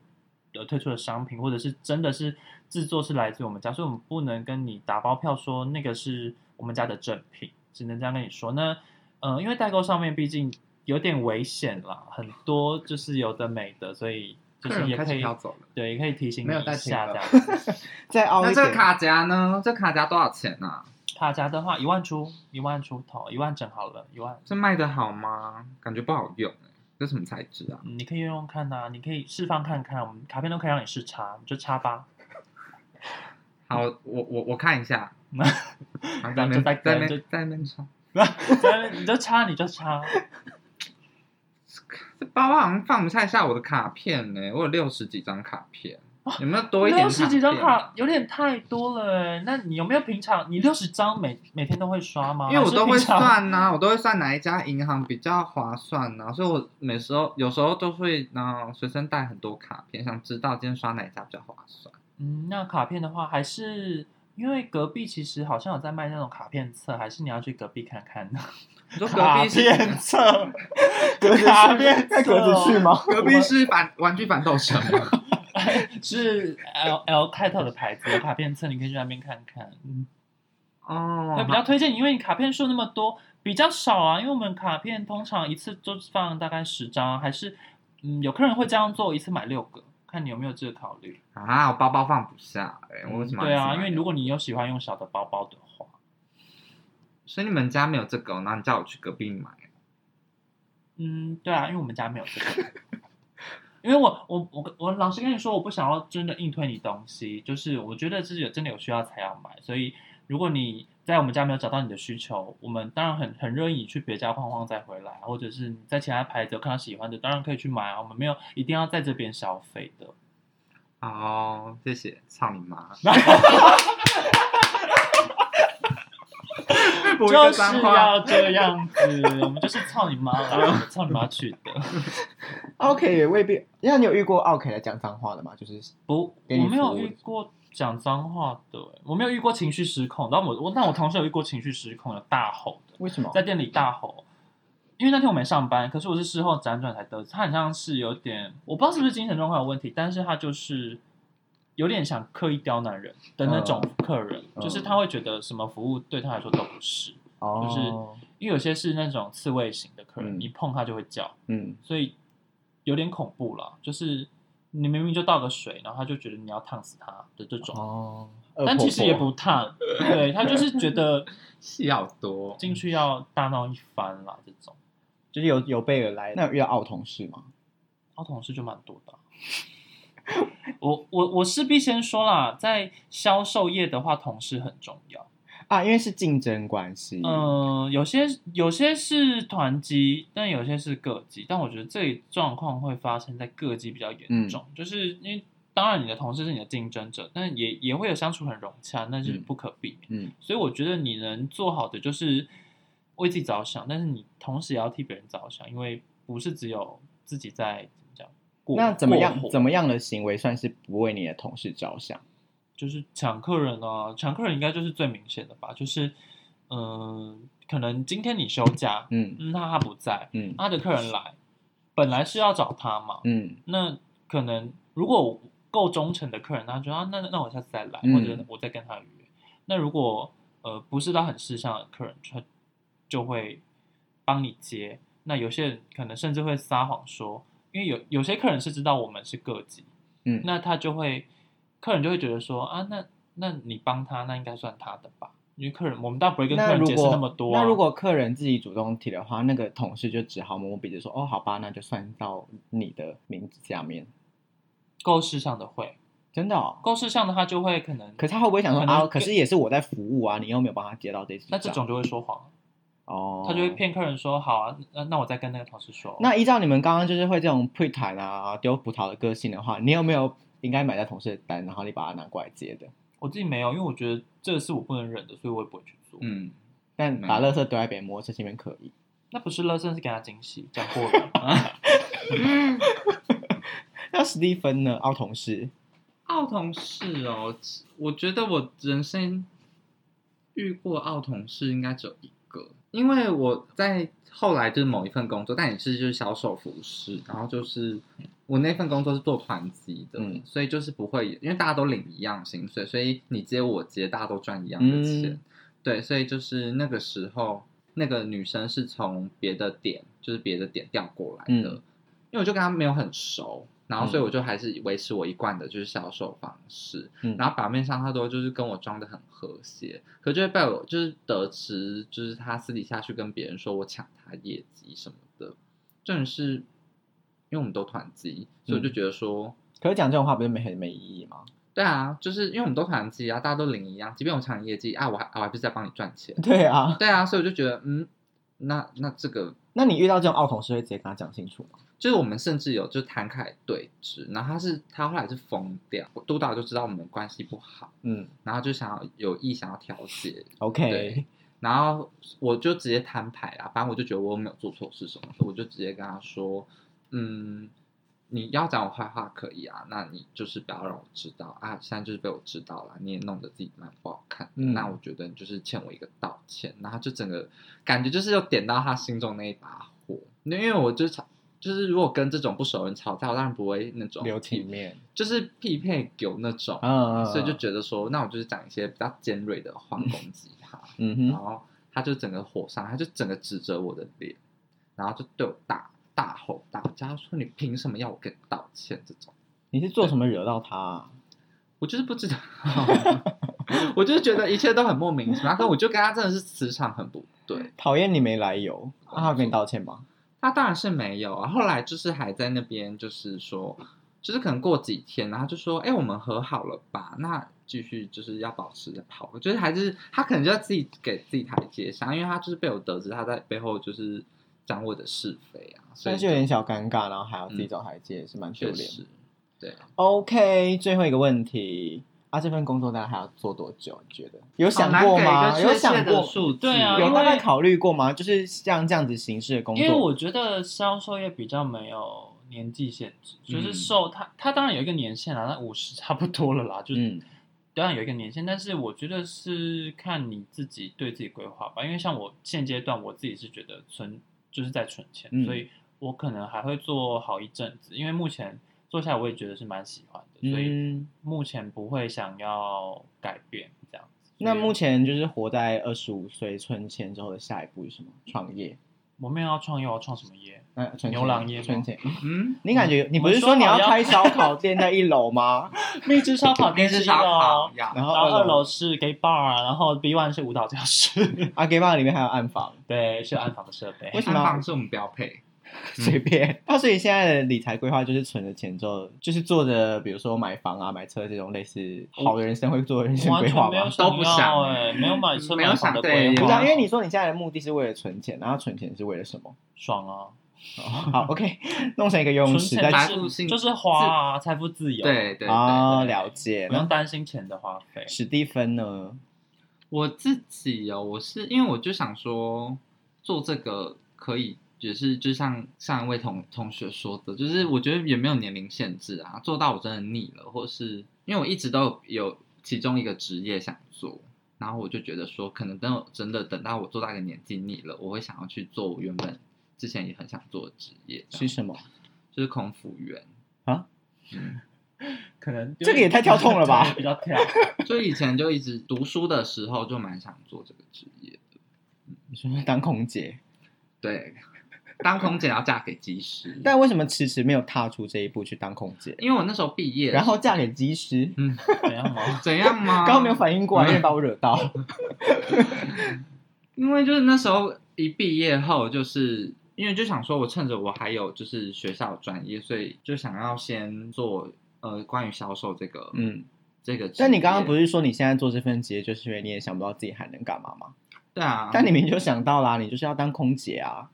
Speaker 3: 呃推出的商品，或者是真的是制作是来自我们家，所以我们不能跟你打包票说那个是我们家的正品，只能这样跟你说。那呃，因为代购上面毕竟有点危险啦，很多就是有的没的，所以就
Speaker 1: 客
Speaker 3: 是
Speaker 1: 人嗯
Speaker 3: 也
Speaker 1: 开
Speaker 3: 可
Speaker 1: 始
Speaker 3: 以
Speaker 1: 飘走了。
Speaker 3: 对，也可以提醒你
Speaker 1: 没有
Speaker 3: 一
Speaker 1: 带钱
Speaker 3: 下
Speaker 1: 了
Speaker 3: 这样 子。
Speaker 2: 再傲
Speaker 1: 那
Speaker 2: 一
Speaker 1: 这个
Speaker 2: 点，
Speaker 1: 卡夹呢？这卡夹多少钱啊？
Speaker 3: 卡夹的话，一万出，一万出头，一万整好了，一万。
Speaker 1: 这卖的好吗？感觉不好用、欸，这什么材质啊？
Speaker 3: 嗯你可以用用看呐、你可以释放看看，我们卡片都可以让你试插，你就插
Speaker 1: 啊
Speaker 3: 吧。
Speaker 1: 好，我我我看一下，然后在那
Speaker 3: 就
Speaker 1: 边
Speaker 3: 在
Speaker 1: 在那
Speaker 3: 就
Speaker 1: 边在那边穿。
Speaker 3: 你就插，你就插。
Speaker 1: 这包包好像放不太下我的卡片呢、我有六十几张卡片，有没有 多一点？
Speaker 3: 六十几张，卡有点太多了欸，那你有没有平常你六十张每每天都会刷吗？
Speaker 1: 因为我都会
Speaker 3: 还是平常。
Speaker 1: 算呐、啊我都会算哪一家银行比较划算呐、所以我每时候有时候都会呢随身带很多卡片，想知道今天刷哪一家比较划算。
Speaker 3: 嗯，那卡片的话，还是因为隔壁其实好像有在卖那种卡片册，还是你要去隔壁看看呢？
Speaker 1: 你说隔
Speaker 3: 卡
Speaker 1: 壁是
Speaker 3: 片 册，
Speaker 2: 格子
Speaker 3: 卡
Speaker 2: 去
Speaker 3: 片
Speaker 2: 在格子去吗？
Speaker 1: 隔壁是反玩具反斗城 吗？
Speaker 3: 是 L L 开头的牌子的卡片册，你可以去那边看看。嗯，
Speaker 2: 哦，
Speaker 3: 会比较推荐你，因为你卡片数那么多，比较少啊。因为我们卡片通常一次就放大概十张，啊还是嗯，有客人会这样做，一次买六个，看你有没有这个考虑。
Speaker 1: 啊，我包包放不下、欸，我为什么要
Speaker 3: 对
Speaker 1: 一直
Speaker 3: 啊，
Speaker 1: 买
Speaker 3: 因为如果你有喜欢用小的包包的话，
Speaker 1: 所以你们家没有这个哦，然后你叫我去隔壁买，
Speaker 3: 嗯，对啊，因为我们家没有这个。 因为我我我我老实跟你说，我不想要真的硬推你东西，就是我觉得自己有真的有需要才要买。所以如果你在我们家没有找到你的需求，我们当然很很乐意你去别家晃晃再回来，或者是你在其他牌子有看到喜欢的，当然可以去买啊。我们没有一定要在这边消费的。
Speaker 1: 哦，谢谢，操你 妈！被驳一
Speaker 3: 就
Speaker 1: 个
Speaker 3: 是
Speaker 1: 脏话，
Speaker 3: 要这样子，我们就是操你妈啦，操你妈去的。
Speaker 2: OK 也未必。那你有遇过 OK 来讲脏话的吗？就是
Speaker 3: 不，我
Speaker 2: 给你
Speaker 3: 没
Speaker 2: 服
Speaker 3: 有
Speaker 2: 务
Speaker 3: 遇过讲脏话的欸，我没有遇过情绪失控。但我我但我同事有遇过情绪失控，有大吼的，
Speaker 2: 为什么？
Speaker 3: 在店里大吼。因为那天我没上班，可是我是事后辗转才得知，他很像是有点，我不知道是不是精神状况有问题，但是他就是有点想刻意刁难人的那种客人，
Speaker 2: 嗯
Speaker 3: 就是他会觉得什么服务对他来说都不是，
Speaker 2: 哦，
Speaker 3: 就是因为有些是那种刺猬型的客
Speaker 2: 嗯
Speaker 3: 人，你碰他就会叫，
Speaker 2: 嗯，
Speaker 3: 所以有点恐怖了。就是你明明就倒个水，然后他就觉得你要烫死他的这种，
Speaker 2: 哦，
Speaker 3: 但其实也
Speaker 2: 恶婆
Speaker 3: 不烫，对他就是觉得
Speaker 1: 戏要多，
Speaker 3: 进去要大闹一番啦。这
Speaker 2: 婆
Speaker 3: 种，
Speaker 2: 就是有有备而来。那有遇到傲同事吗？
Speaker 3: 我同事就蛮多 的啊。我我我势必先说啦，在销售业的话，同事很重要。
Speaker 2: 啊，因为是竞争关系。
Speaker 3: 嗯、有些有些是团机，但有些是个机。但我觉得这一状况会发生在个机比较
Speaker 2: 嗯
Speaker 3: 严重，就是因为当然你的同事是你的竞争者，但也也会有相处很融洽，那是
Speaker 2: 嗯
Speaker 3: 不可避免。
Speaker 2: 嗯，
Speaker 3: 所以我觉得你能做好的就是为自己着想，但是你同时也要替别人着想，因为不是只有自己在怎么讲过
Speaker 2: 那怎么样
Speaker 3: 过？火
Speaker 2: 怎么样的行为算是不为你的同事着想？
Speaker 3: 就是抢客人啊，抢客人应该就是最明显的吧，就是嗯、呃可能今天你休假，
Speaker 2: 嗯
Speaker 3: 嗯，那他不在，
Speaker 2: 嗯
Speaker 3: 他的客人来，本来是要找他嘛，
Speaker 2: 嗯
Speaker 3: 那可能如果够忠诚的客人，他就说、啊、那那我下次再来，
Speaker 2: 嗯
Speaker 3: 或者我再跟他约。那如果呃不是他很识相的客人，他就会帮你接。那有些人可能甚至会撒谎说，因为有有些客人是知道我们是个级，
Speaker 2: 嗯
Speaker 3: 那他就会客人就会觉得说啊，那那你帮他，那应该算他的吧。因为客人，我们当然不会跟客
Speaker 2: 那
Speaker 3: 人
Speaker 2: 如
Speaker 3: 解释
Speaker 2: 果
Speaker 3: 那么多、啊
Speaker 2: 那如果客人自己主动提的话，那个同事就只好摸摸鼻子说：“哦，好吧，那就算到你的名字下面。
Speaker 3: 购事上的会，”
Speaker 2: 真的、哦？
Speaker 3: 购事上的他就会可能，
Speaker 2: 可是他会不会想说
Speaker 3: 可能
Speaker 2: 啊？可是也是我在服务啊，你又没有帮他接到这次账。
Speaker 3: 那这种就会说谎。
Speaker 2: 哦，
Speaker 3: 他就会。骗客人说好啊，那那我再跟那个同事说。
Speaker 2: 那依照你们刚刚就是会这种配谈啊、丢葡萄的个性的话，你有没有应该买在同事的单，然后你把它拿过来接的？
Speaker 3: 我自己没有，因为我觉得这个是我不能忍的，所以我也不会去做。
Speaker 1: 嗯，
Speaker 2: 但把垃圾丢在别人摩托车前面可以。
Speaker 3: 那不是乐甚是给他惊喜，讲 过了。
Speaker 2: 那史蒂芬呢？奥同事，
Speaker 1: 奥同事哦，我觉得我人生遇过奥同事应该只有一个，因为我在后来就是某一份工作，但也是就是销售服饰，然后就是我那份工作是做团级的，
Speaker 2: 嗯
Speaker 1: 所以就是不会，因为大家都领一样薪水，所以你接我接，大家都赚一样的钱，
Speaker 2: 嗯
Speaker 1: 对，所以就是那个时候，那个女生是从别的点，就是别的点调过来的，
Speaker 2: 嗯
Speaker 1: 因为我就跟她没有很熟，然后所以
Speaker 2: 嗯
Speaker 1: 我就还是维持我一贯的就是销售方式，
Speaker 2: 嗯
Speaker 1: 然后表面上她都就是跟我装的很和谐，可就会被我就是得知，就是她私底下去跟别人说我抢她业绩什么的，正是因为我们都团级，所以
Speaker 2: 嗯
Speaker 1: 我就觉得说。
Speaker 2: 可是讲这种话不是没很没意义吗？
Speaker 1: 对啊，就是因为我们都团级啊，大家都领一样，即便我抢业绩啊，我还我还不是在帮你赚钱。
Speaker 2: 对啊，
Speaker 1: 对啊，所以我就觉得，嗯，那那这个
Speaker 2: 那你遇到这种奥同事会直接跟他讲清楚吗？
Speaker 1: 就是我们甚至有就摊开来对峙，然后他是他后来是疯掉，督导就知道我们关系不好，
Speaker 2: 嗯
Speaker 1: 然后就想要有意想要调解，
Speaker 2: ，OK，
Speaker 1: 对然后我就直接摊牌啦，反正我就觉得我没有做错事什么的，我就直接跟他说，嗯，你要讲我坏话可以啊，那你就是不要让我知道啊，现在就是被我知道了，你也弄得自己蛮不好看的，
Speaker 2: 嗯
Speaker 1: 那我觉得你就是欠我一个道歉，然后就整个感觉就是又点到他心中那一把火，因为我就常就是如果跟这种不熟的人吵架，我当然不会那种
Speaker 2: 留体
Speaker 1: 体，
Speaker 2: 面，
Speaker 1: 就是匹配有那种，
Speaker 2: 嗯，嗯
Speaker 1: 所以就
Speaker 2: 嗯
Speaker 1: 觉得说，那我就是讲一些比较尖锐的 话攻击他，
Speaker 2: 嗯
Speaker 1: 然
Speaker 2: 哼，
Speaker 1: 后他就整个火上，他就整个指着我的脸，然后就对我大大吼大叫，他说你凭什么要我跟你道歉？这种
Speaker 2: 你是做什么惹到他啊？
Speaker 1: 我就是不知道，我就是觉得一切都很莫名其妙，但我就跟他真的是磁场很不对。
Speaker 2: 讨厌你没来由，那他有跟你道歉吗？
Speaker 1: 他当然是没有啊，后来就是还在那边就是说，就是可能过几天，然后就说，哎、我们和好了吧？那继续就是要保持好，我觉得还是他可能就要自己给自己台阶下，因为他就是被我得知他在背后就是讲我的是非啊，所以
Speaker 2: 但是有点小尴尬，然后还要自己
Speaker 1: 嗯
Speaker 2: 走台阶，也是蛮丢
Speaker 1: 确
Speaker 2: 脸。
Speaker 1: 实，对，
Speaker 2: OK，最后一个问题啊，这份工作大概还要做多久？你觉得有想
Speaker 1: 好难
Speaker 2: 过
Speaker 1: 给一
Speaker 2: 吗？
Speaker 1: 个
Speaker 2: 有
Speaker 1: 确切
Speaker 2: 想
Speaker 1: 的
Speaker 2: 过，
Speaker 1: 数字
Speaker 3: 对啊
Speaker 2: 有
Speaker 3: 因
Speaker 2: 大概
Speaker 3: 为
Speaker 2: 考虑过吗？就是像这样子形式的工作，
Speaker 3: 因为我觉得销售业比较没有年纪限制，就是
Speaker 1: 嗯
Speaker 3: 受他他当然有一个年限啊啦，那五十差不多了啦，就是
Speaker 2: 嗯
Speaker 3: 当然有一个年限，但是我觉得是看你自己对自己规划吧。因为像我现阶段我自己是觉得存就是在存钱，
Speaker 2: 嗯
Speaker 3: 所以我可能还会做好一阵子。因为目前做下来我也觉得是蛮喜欢的，所以
Speaker 2: 嗯，
Speaker 3: 目前不会想要改变这样子。
Speaker 2: 那
Speaker 3: 所以
Speaker 2: 目前就是活在二十五岁存钱之后的下一步是什么？创业？
Speaker 3: 我们要创业，我要创什么业？
Speaker 2: 那存钱
Speaker 3: 牛郎业吗
Speaker 2: 存钱？
Speaker 1: 嗯，
Speaker 2: 你感觉你不是
Speaker 3: 我们说好
Speaker 2: 你要
Speaker 3: 要
Speaker 2: 开 烧烤店在一楼吗？
Speaker 3: 蜜汁烧烤
Speaker 1: 那
Speaker 3: 店
Speaker 1: 是
Speaker 3: 是一
Speaker 1: 烧
Speaker 3: 楼
Speaker 1: 烤，呀，
Speaker 2: 然后
Speaker 3: 然后二
Speaker 2: 二
Speaker 3: 楼是 gay bar，然啊后 B one 是舞蹈教室，
Speaker 2: 阿 gay bar 里面还有暗房，
Speaker 3: 对，是暗房的设备
Speaker 2: 为。什
Speaker 1: 安
Speaker 2: 么
Speaker 1: 放是我们标配，嗯
Speaker 2: 随便。那、所以现在的理财规划就是存着钱之后，就是做着比如说买房啊、买车这种类似好的人生会做的人生
Speaker 3: 完
Speaker 2: 规
Speaker 3: 全
Speaker 2: 划
Speaker 3: 没有
Speaker 2: 吗？
Speaker 3: 想
Speaker 1: 都不
Speaker 3: 要
Speaker 1: 想
Speaker 3: 哎，没有买车
Speaker 1: 没有
Speaker 3: 买房
Speaker 1: 想
Speaker 3: 的
Speaker 1: 对
Speaker 3: 规划，
Speaker 2: 不是、啊，因为你说你现在的目的是为了存钱，然后存钱是为了什 么？
Speaker 3: 爽啊，
Speaker 2: 好，OK，弄成一个游
Speaker 3: 存
Speaker 2: 泳池
Speaker 3: 钱
Speaker 2: 在
Speaker 1: 来
Speaker 3: 就
Speaker 1: 富
Speaker 3: 是
Speaker 1: 性
Speaker 3: 就是花啊，财富自由，
Speaker 1: 对对，对
Speaker 2: 啊，
Speaker 1: 对
Speaker 2: 了解。
Speaker 3: 不
Speaker 2: 然
Speaker 3: 用
Speaker 2: 后
Speaker 3: 担心钱的花费。
Speaker 2: 史蒂芬呢？
Speaker 1: 我自己哦，我是因为我就想说做这个可以，也是就像上一位同同学说的，就是我觉得也没有年龄限制啊，做到我真的腻了，或是因为我一直都有其中一个职业想做，然后我就觉得说，可能等我真的等到我做到一个年纪腻了，我会想要去做我原本之前也很想做的职业，这
Speaker 2: 是
Speaker 1: 样
Speaker 2: 什么？
Speaker 1: 就是空服员。
Speaker 3: 可能
Speaker 2: 这个也太跳痛了吧
Speaker 3: 比较跳。
Speaker 1: 就以前就一直读书的时候就蛮想做这个职业的，
Speaker 2: 你说当空姐，
Speaker 1: 对，当空姐要嫁给机师，
Speaker 2: 但为什么迟迟没有踏出这一步去当空姐？
Speaker 1: 因为我那时候毕业，
Speaker 2: 然后嫁给机师？
Speaker 1: 嗯，
Speaker 3: 怎样吗？
Speaker 1: 怎样吗？
Speaker 2: 刚刚没有，反应过来，有点把我惹到。
Speaker 1: 因为就是那时候一毕业后，就是因为就想说，我趁着我还有就是学校专业，所以就想要先做呃关于销售这个
Speaker 2: 嗯，
Speaker 1: 这个职业。
Speaker 2: 但你刚刚不是说你现在做这份职业，就是因为你也想不到自己还能干嘛吗？
Speaker 1: 对啊？
Speaker 2: 但你明明就想到啦，你就是要当空姐啊。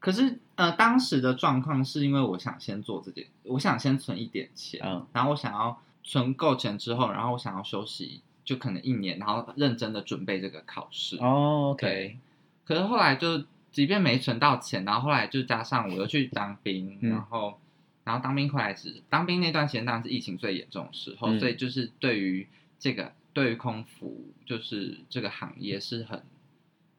Speaker 1: 可是呃，当时的状况是因为我想先做这件，我想先存一点钱，
Speaker 2: 嗯
Speaker 1: 然后我想要存够钱之后，然后我想要休息，就可能一年，然后认真的准备这个考试。
Speaker 2: 哦，OK，
Speaker 1: 嗯对，可是后来就即便没存到钱，然后后来就加上我又去当兵，
Speaker 2: 嗯
Speaker 1: 然后然后当兵回来时，当兵那段时间当然是疫情最严重的时候，
Speaker 2: 嗯
Speaker 1: 所以就是对于这个对于空服就是这个行业是很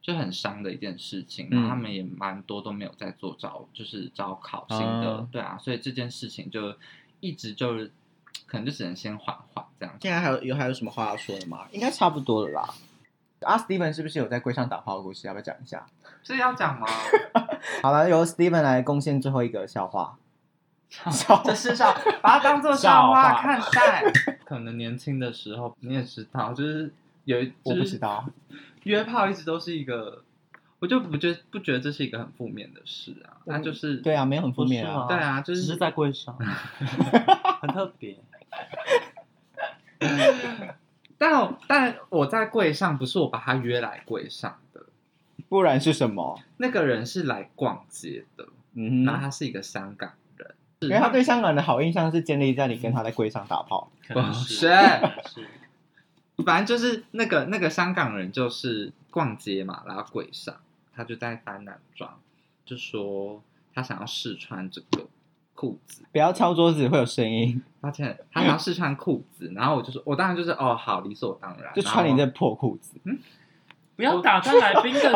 Speaker 1: 就很伤的一件事情，
Speaker 2: 嗯
Speaker 1: 然后他们也蛮多都没有在做招就是招考新的，
Speaker 2: 啊
Speaker 1: 对啊，所以这件事情就一直就是可能就只能先缓缓这样子。
Speaker 2: 现在还有有还有什么话要说的吗？应该差不多了啦。啊，Steven 是不是有在柜上打炮的故事？要不要讲一下？
Speaker 1: 这要讲吗？
Speaker 2: 好了，由 Steven 来贡献最后一个笑话。笑
Speaker 1: 这是笑，把它当做笑
Speaker 3: 笑话
Speaker 1: 话看待。 可能年轻的时候你也知道，就是有一
Speaker 2: 我不知，道，
Speaker 1: 就是约炮一直都是一个，我就不觉不觉得这是一个很负面的事啊，那就是
Speaker 2: 对啊，没有很负面
Speaker 3: 不是
Speaker 2: 啊
Speaker 3: 吗。
Speaker 1: 对啊，就
Speaker 3: 只是
Speaker 1: 是
Speaker 3: 在柜 上，很特别。
Speaker 1: 但但我在柜上不是我把他约来柜上的，
Speaker 2: 不然是什么？
Speaker 1: 那个人是来逛街的，
Speaker 2: 嗯
Speaker 1: 然后
Speaker 3: 啊
Speaker 2: 哼，
Speaker 1: 他是一个香港人，
Speaker 2: 因为他对香港人的好印象是建立在你跟他在柜上打 炮。
Speaker 3: 可能是，
Speaker 1: 是
Speaker 3: 可能是
Speaker 1: 反正就是那个那个香港人，就是逛街嘛，然后柜上，他就在翻男装，就说他想要试穿这个裤子，
Speaker 2: 不要敲桌子会有声音，
Speaker 1: 发现他想要试穿裤子，然后我就说，我当然就是哦，好，理所当
Speaker 3: 啊
Speaker 1: 然，
Speaker 2: 就穿你这
Speaker 1: 然
Speaker 2: 破裤子。
Speaker 3: 不要打断来宾的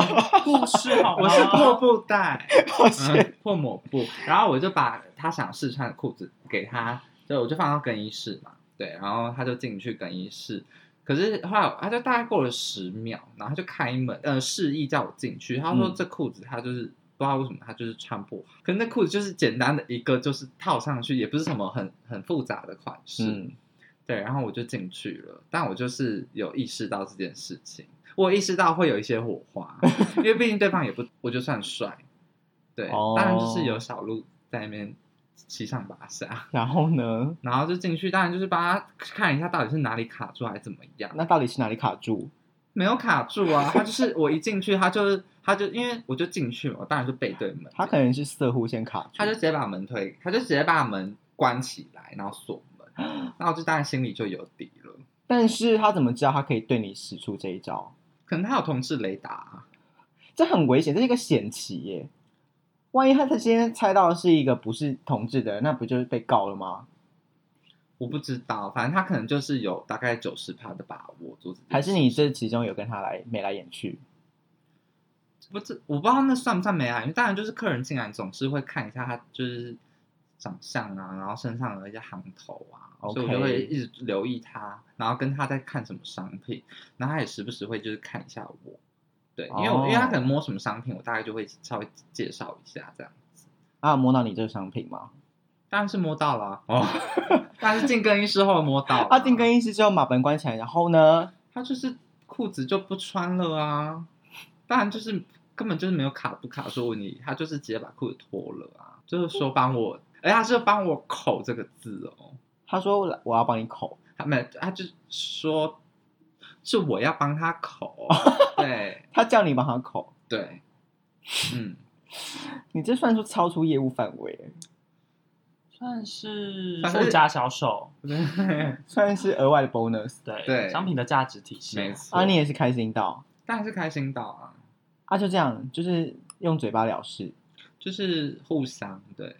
Speaker 3: 故事好
Speaker 1: 后
Speaker 2: 哦
Speaker 3: 吗？
Speaker 1: 我是破布袋，
Speaker 2: 抱歉，
Speaker 1: 或抹布，然后我就把他想试穿的裤子给他，就我就放到更衣室嘛，对，然后他就进去更衣室，可是后来他就大概过了十秒，然后他就开门，呃，示意叫我进去，他说
Speaker 3: 嗯
Speaker 1: 这裤子他就是。不知道为什么他就是穿不好，可是那裤子就是简单的一个，就是套上去，也不是什么很很复杂的款式，
Speaker 2: 嗯，
Speaker 1: 对，然后我就进去了，但我就是有意识到这件事情，我有意识到会有一些火 花，因为毕竟对方也不，我就算帅，对，
Speaker 2: 哦
Speaker 1: 当然就是有小鹿在那边七上八下，
Speaker 2: 然后呢？
Speaker 1: 然后就进去，当然就是帮他看一下到底是哪里卡住还是怎么样，
Speaker 2: 那到底是哪里卡住？
Speaker 1: 没有卡住啊，他就是我一进去，他就是他就因为我就进去嘛，我当然就背对门，
Speaker 2: 他可能是色户先卡住，
Speaker 1: 他就直接把门推，他就直接把门关起来，然后锁门， 那我就当然心里就有底了，
Speaker 2: 但是他怎么知道他可以对你使出这一招？
Speaker 1: 可能他有同事雷达啊、
Speaker 2: 这很危险，这是一个险棋耶。万一他他今天猜到的是一个不是同志的人，那不就是被告了吗？
Speaker 1: 我不知道，反正他可能就是有大概九十趴的把握做这件事
Speaker 2: 还是你这其中有跟他来眉来眼去？
Speaker 1: 不知我不知道那算不算美啊？因为当然就是客人进来总是会看一下他就是长相啊，然后身上的一些行头啊
Speaker 2: OK
Speaker 1: 所以我就会一直留意他，然后跟他在看什么商品，然后他也时不时会就是看一下我，对，因为我、
Speaker 2: 哦
Speaker 1: 因为他可能摸什么商品，我大概就会稍微介绍一下这样。
Speaker 2: 啊，摸到你这个商品吗？
Speaker 1: 当然是摸到了啊哦， 但是进更衣室后摸到了啊
Speaker 2: 他啊进更衣室之后把门关起来，然后呢？
Speaker 1: 他就是裤子就不穿了啊，当然就是根本就是没有卡不卡说问题，他就是直接把裤子脱了啊，就是
Speaker 2: 哦
Speaker 1: 说帮我，而且他是帮我口这个字哦，
Speaker 2: 他说我我要帮你口，
Speaker 1: 他没有，他就说是我要帮他口，哦对
Speaker 2: 他叫你帮他口，
Speaker 1: 对，嗯，
Speaker 2: 你这算是超出业务范围，
Speaker 3: 算是
Speaker 1: 反正
Speaker 3: 附加销售，
Speaker 2: 算是额外的 bonus。
Speaker 3: 对
Speaker 1: 对
Speaker 3: 商品的价值体
Speaker 1: 没
Speaker 3: 现。
Speaker 1: 错，
Speaker 2: 啊，你也是开心到
Speaker 1: 当然是开心到啊，
Speaker 2: 啊，就这样，就是用嘴巴了事。
Speaker 1: 就是互相对。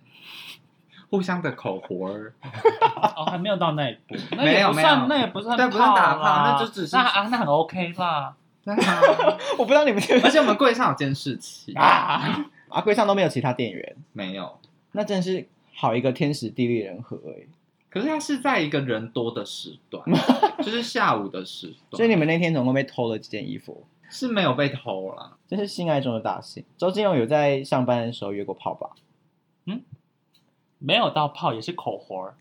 Speaker 1: 互相的口活儿，
Speaker 3: 哦，还没有到那一步，那
Speaker 1: 没
Speaker 3: 也
Speaker 1: 有
Speaker 3: 不算，
Speaker 1: 没有
Speaker 3: 那也不算
Speaker 1: 对不是打
Speaker 3: 炮
Speaker 1: 炮
Speaker 3: 啦
Speaker 1: 那就只是
Speaker 3: 那啊，那很 OK 啦。
Speaker 1: 对啊
Speaker 2: 我不知道你们这
Speaker 1: 而
Speaker 2: 个
Speaker 1: 且我们柜上有监视器，
Speaker 2: 啊，啊柜上都没有其他店员，
Speaker 1: 没有，
Speaker 2: 那真是好一个天时地利人和哎。
Speaker 1: 可是它是在一个人多的时段，就是下午的时段，
Speaker 2: 所以你们那天总共被偷了几件衣服，
Speaker 1: 是没有被偷啦。
Speaker 2: 真是性爱中的大幸。周金勇有在上班的时候约过炮吧？
Speaker 3: 没有到泡也是口活儿，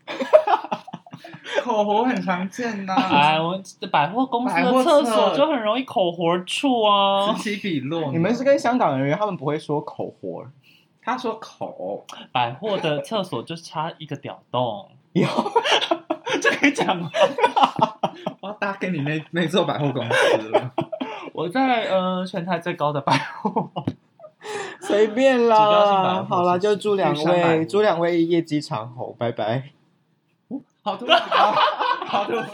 Speaker 1: 口红很常见呐、
Speaker 3: 哎，我百货公司
Speaker 1: 百货
Speaker 3: 的
Speaker 1: 厕
Speaker 3: 厕所就很容易口活儿处 啊
Speaker 1: 此。起彼落。
Speaker 2: 你们是跟香港人约，他们不会说口活儿，
Speaker 1: 他说口，
Speaker 3: 百货的厕所就差一个屌洞，
Speaker 2: 有
Speaker 3: 这可以讲吗？
Speaker 1: 我要搭给你那那座百货公司了。
Speaker 3: 我在呃全台最高的百货，
Speaker 2: 随便
Speaker 3: 指标性百
Speaker 2: 啦。
Speaker 3: 货
Speaker 2: 好啦，
Speaker 3: 是
Speaker 2: 就祝两
Speaker 1: 玉山百货
Speaker 2: 位祝两位业绩长虹，拜拜。
Speaker 1: 好突然，好突然。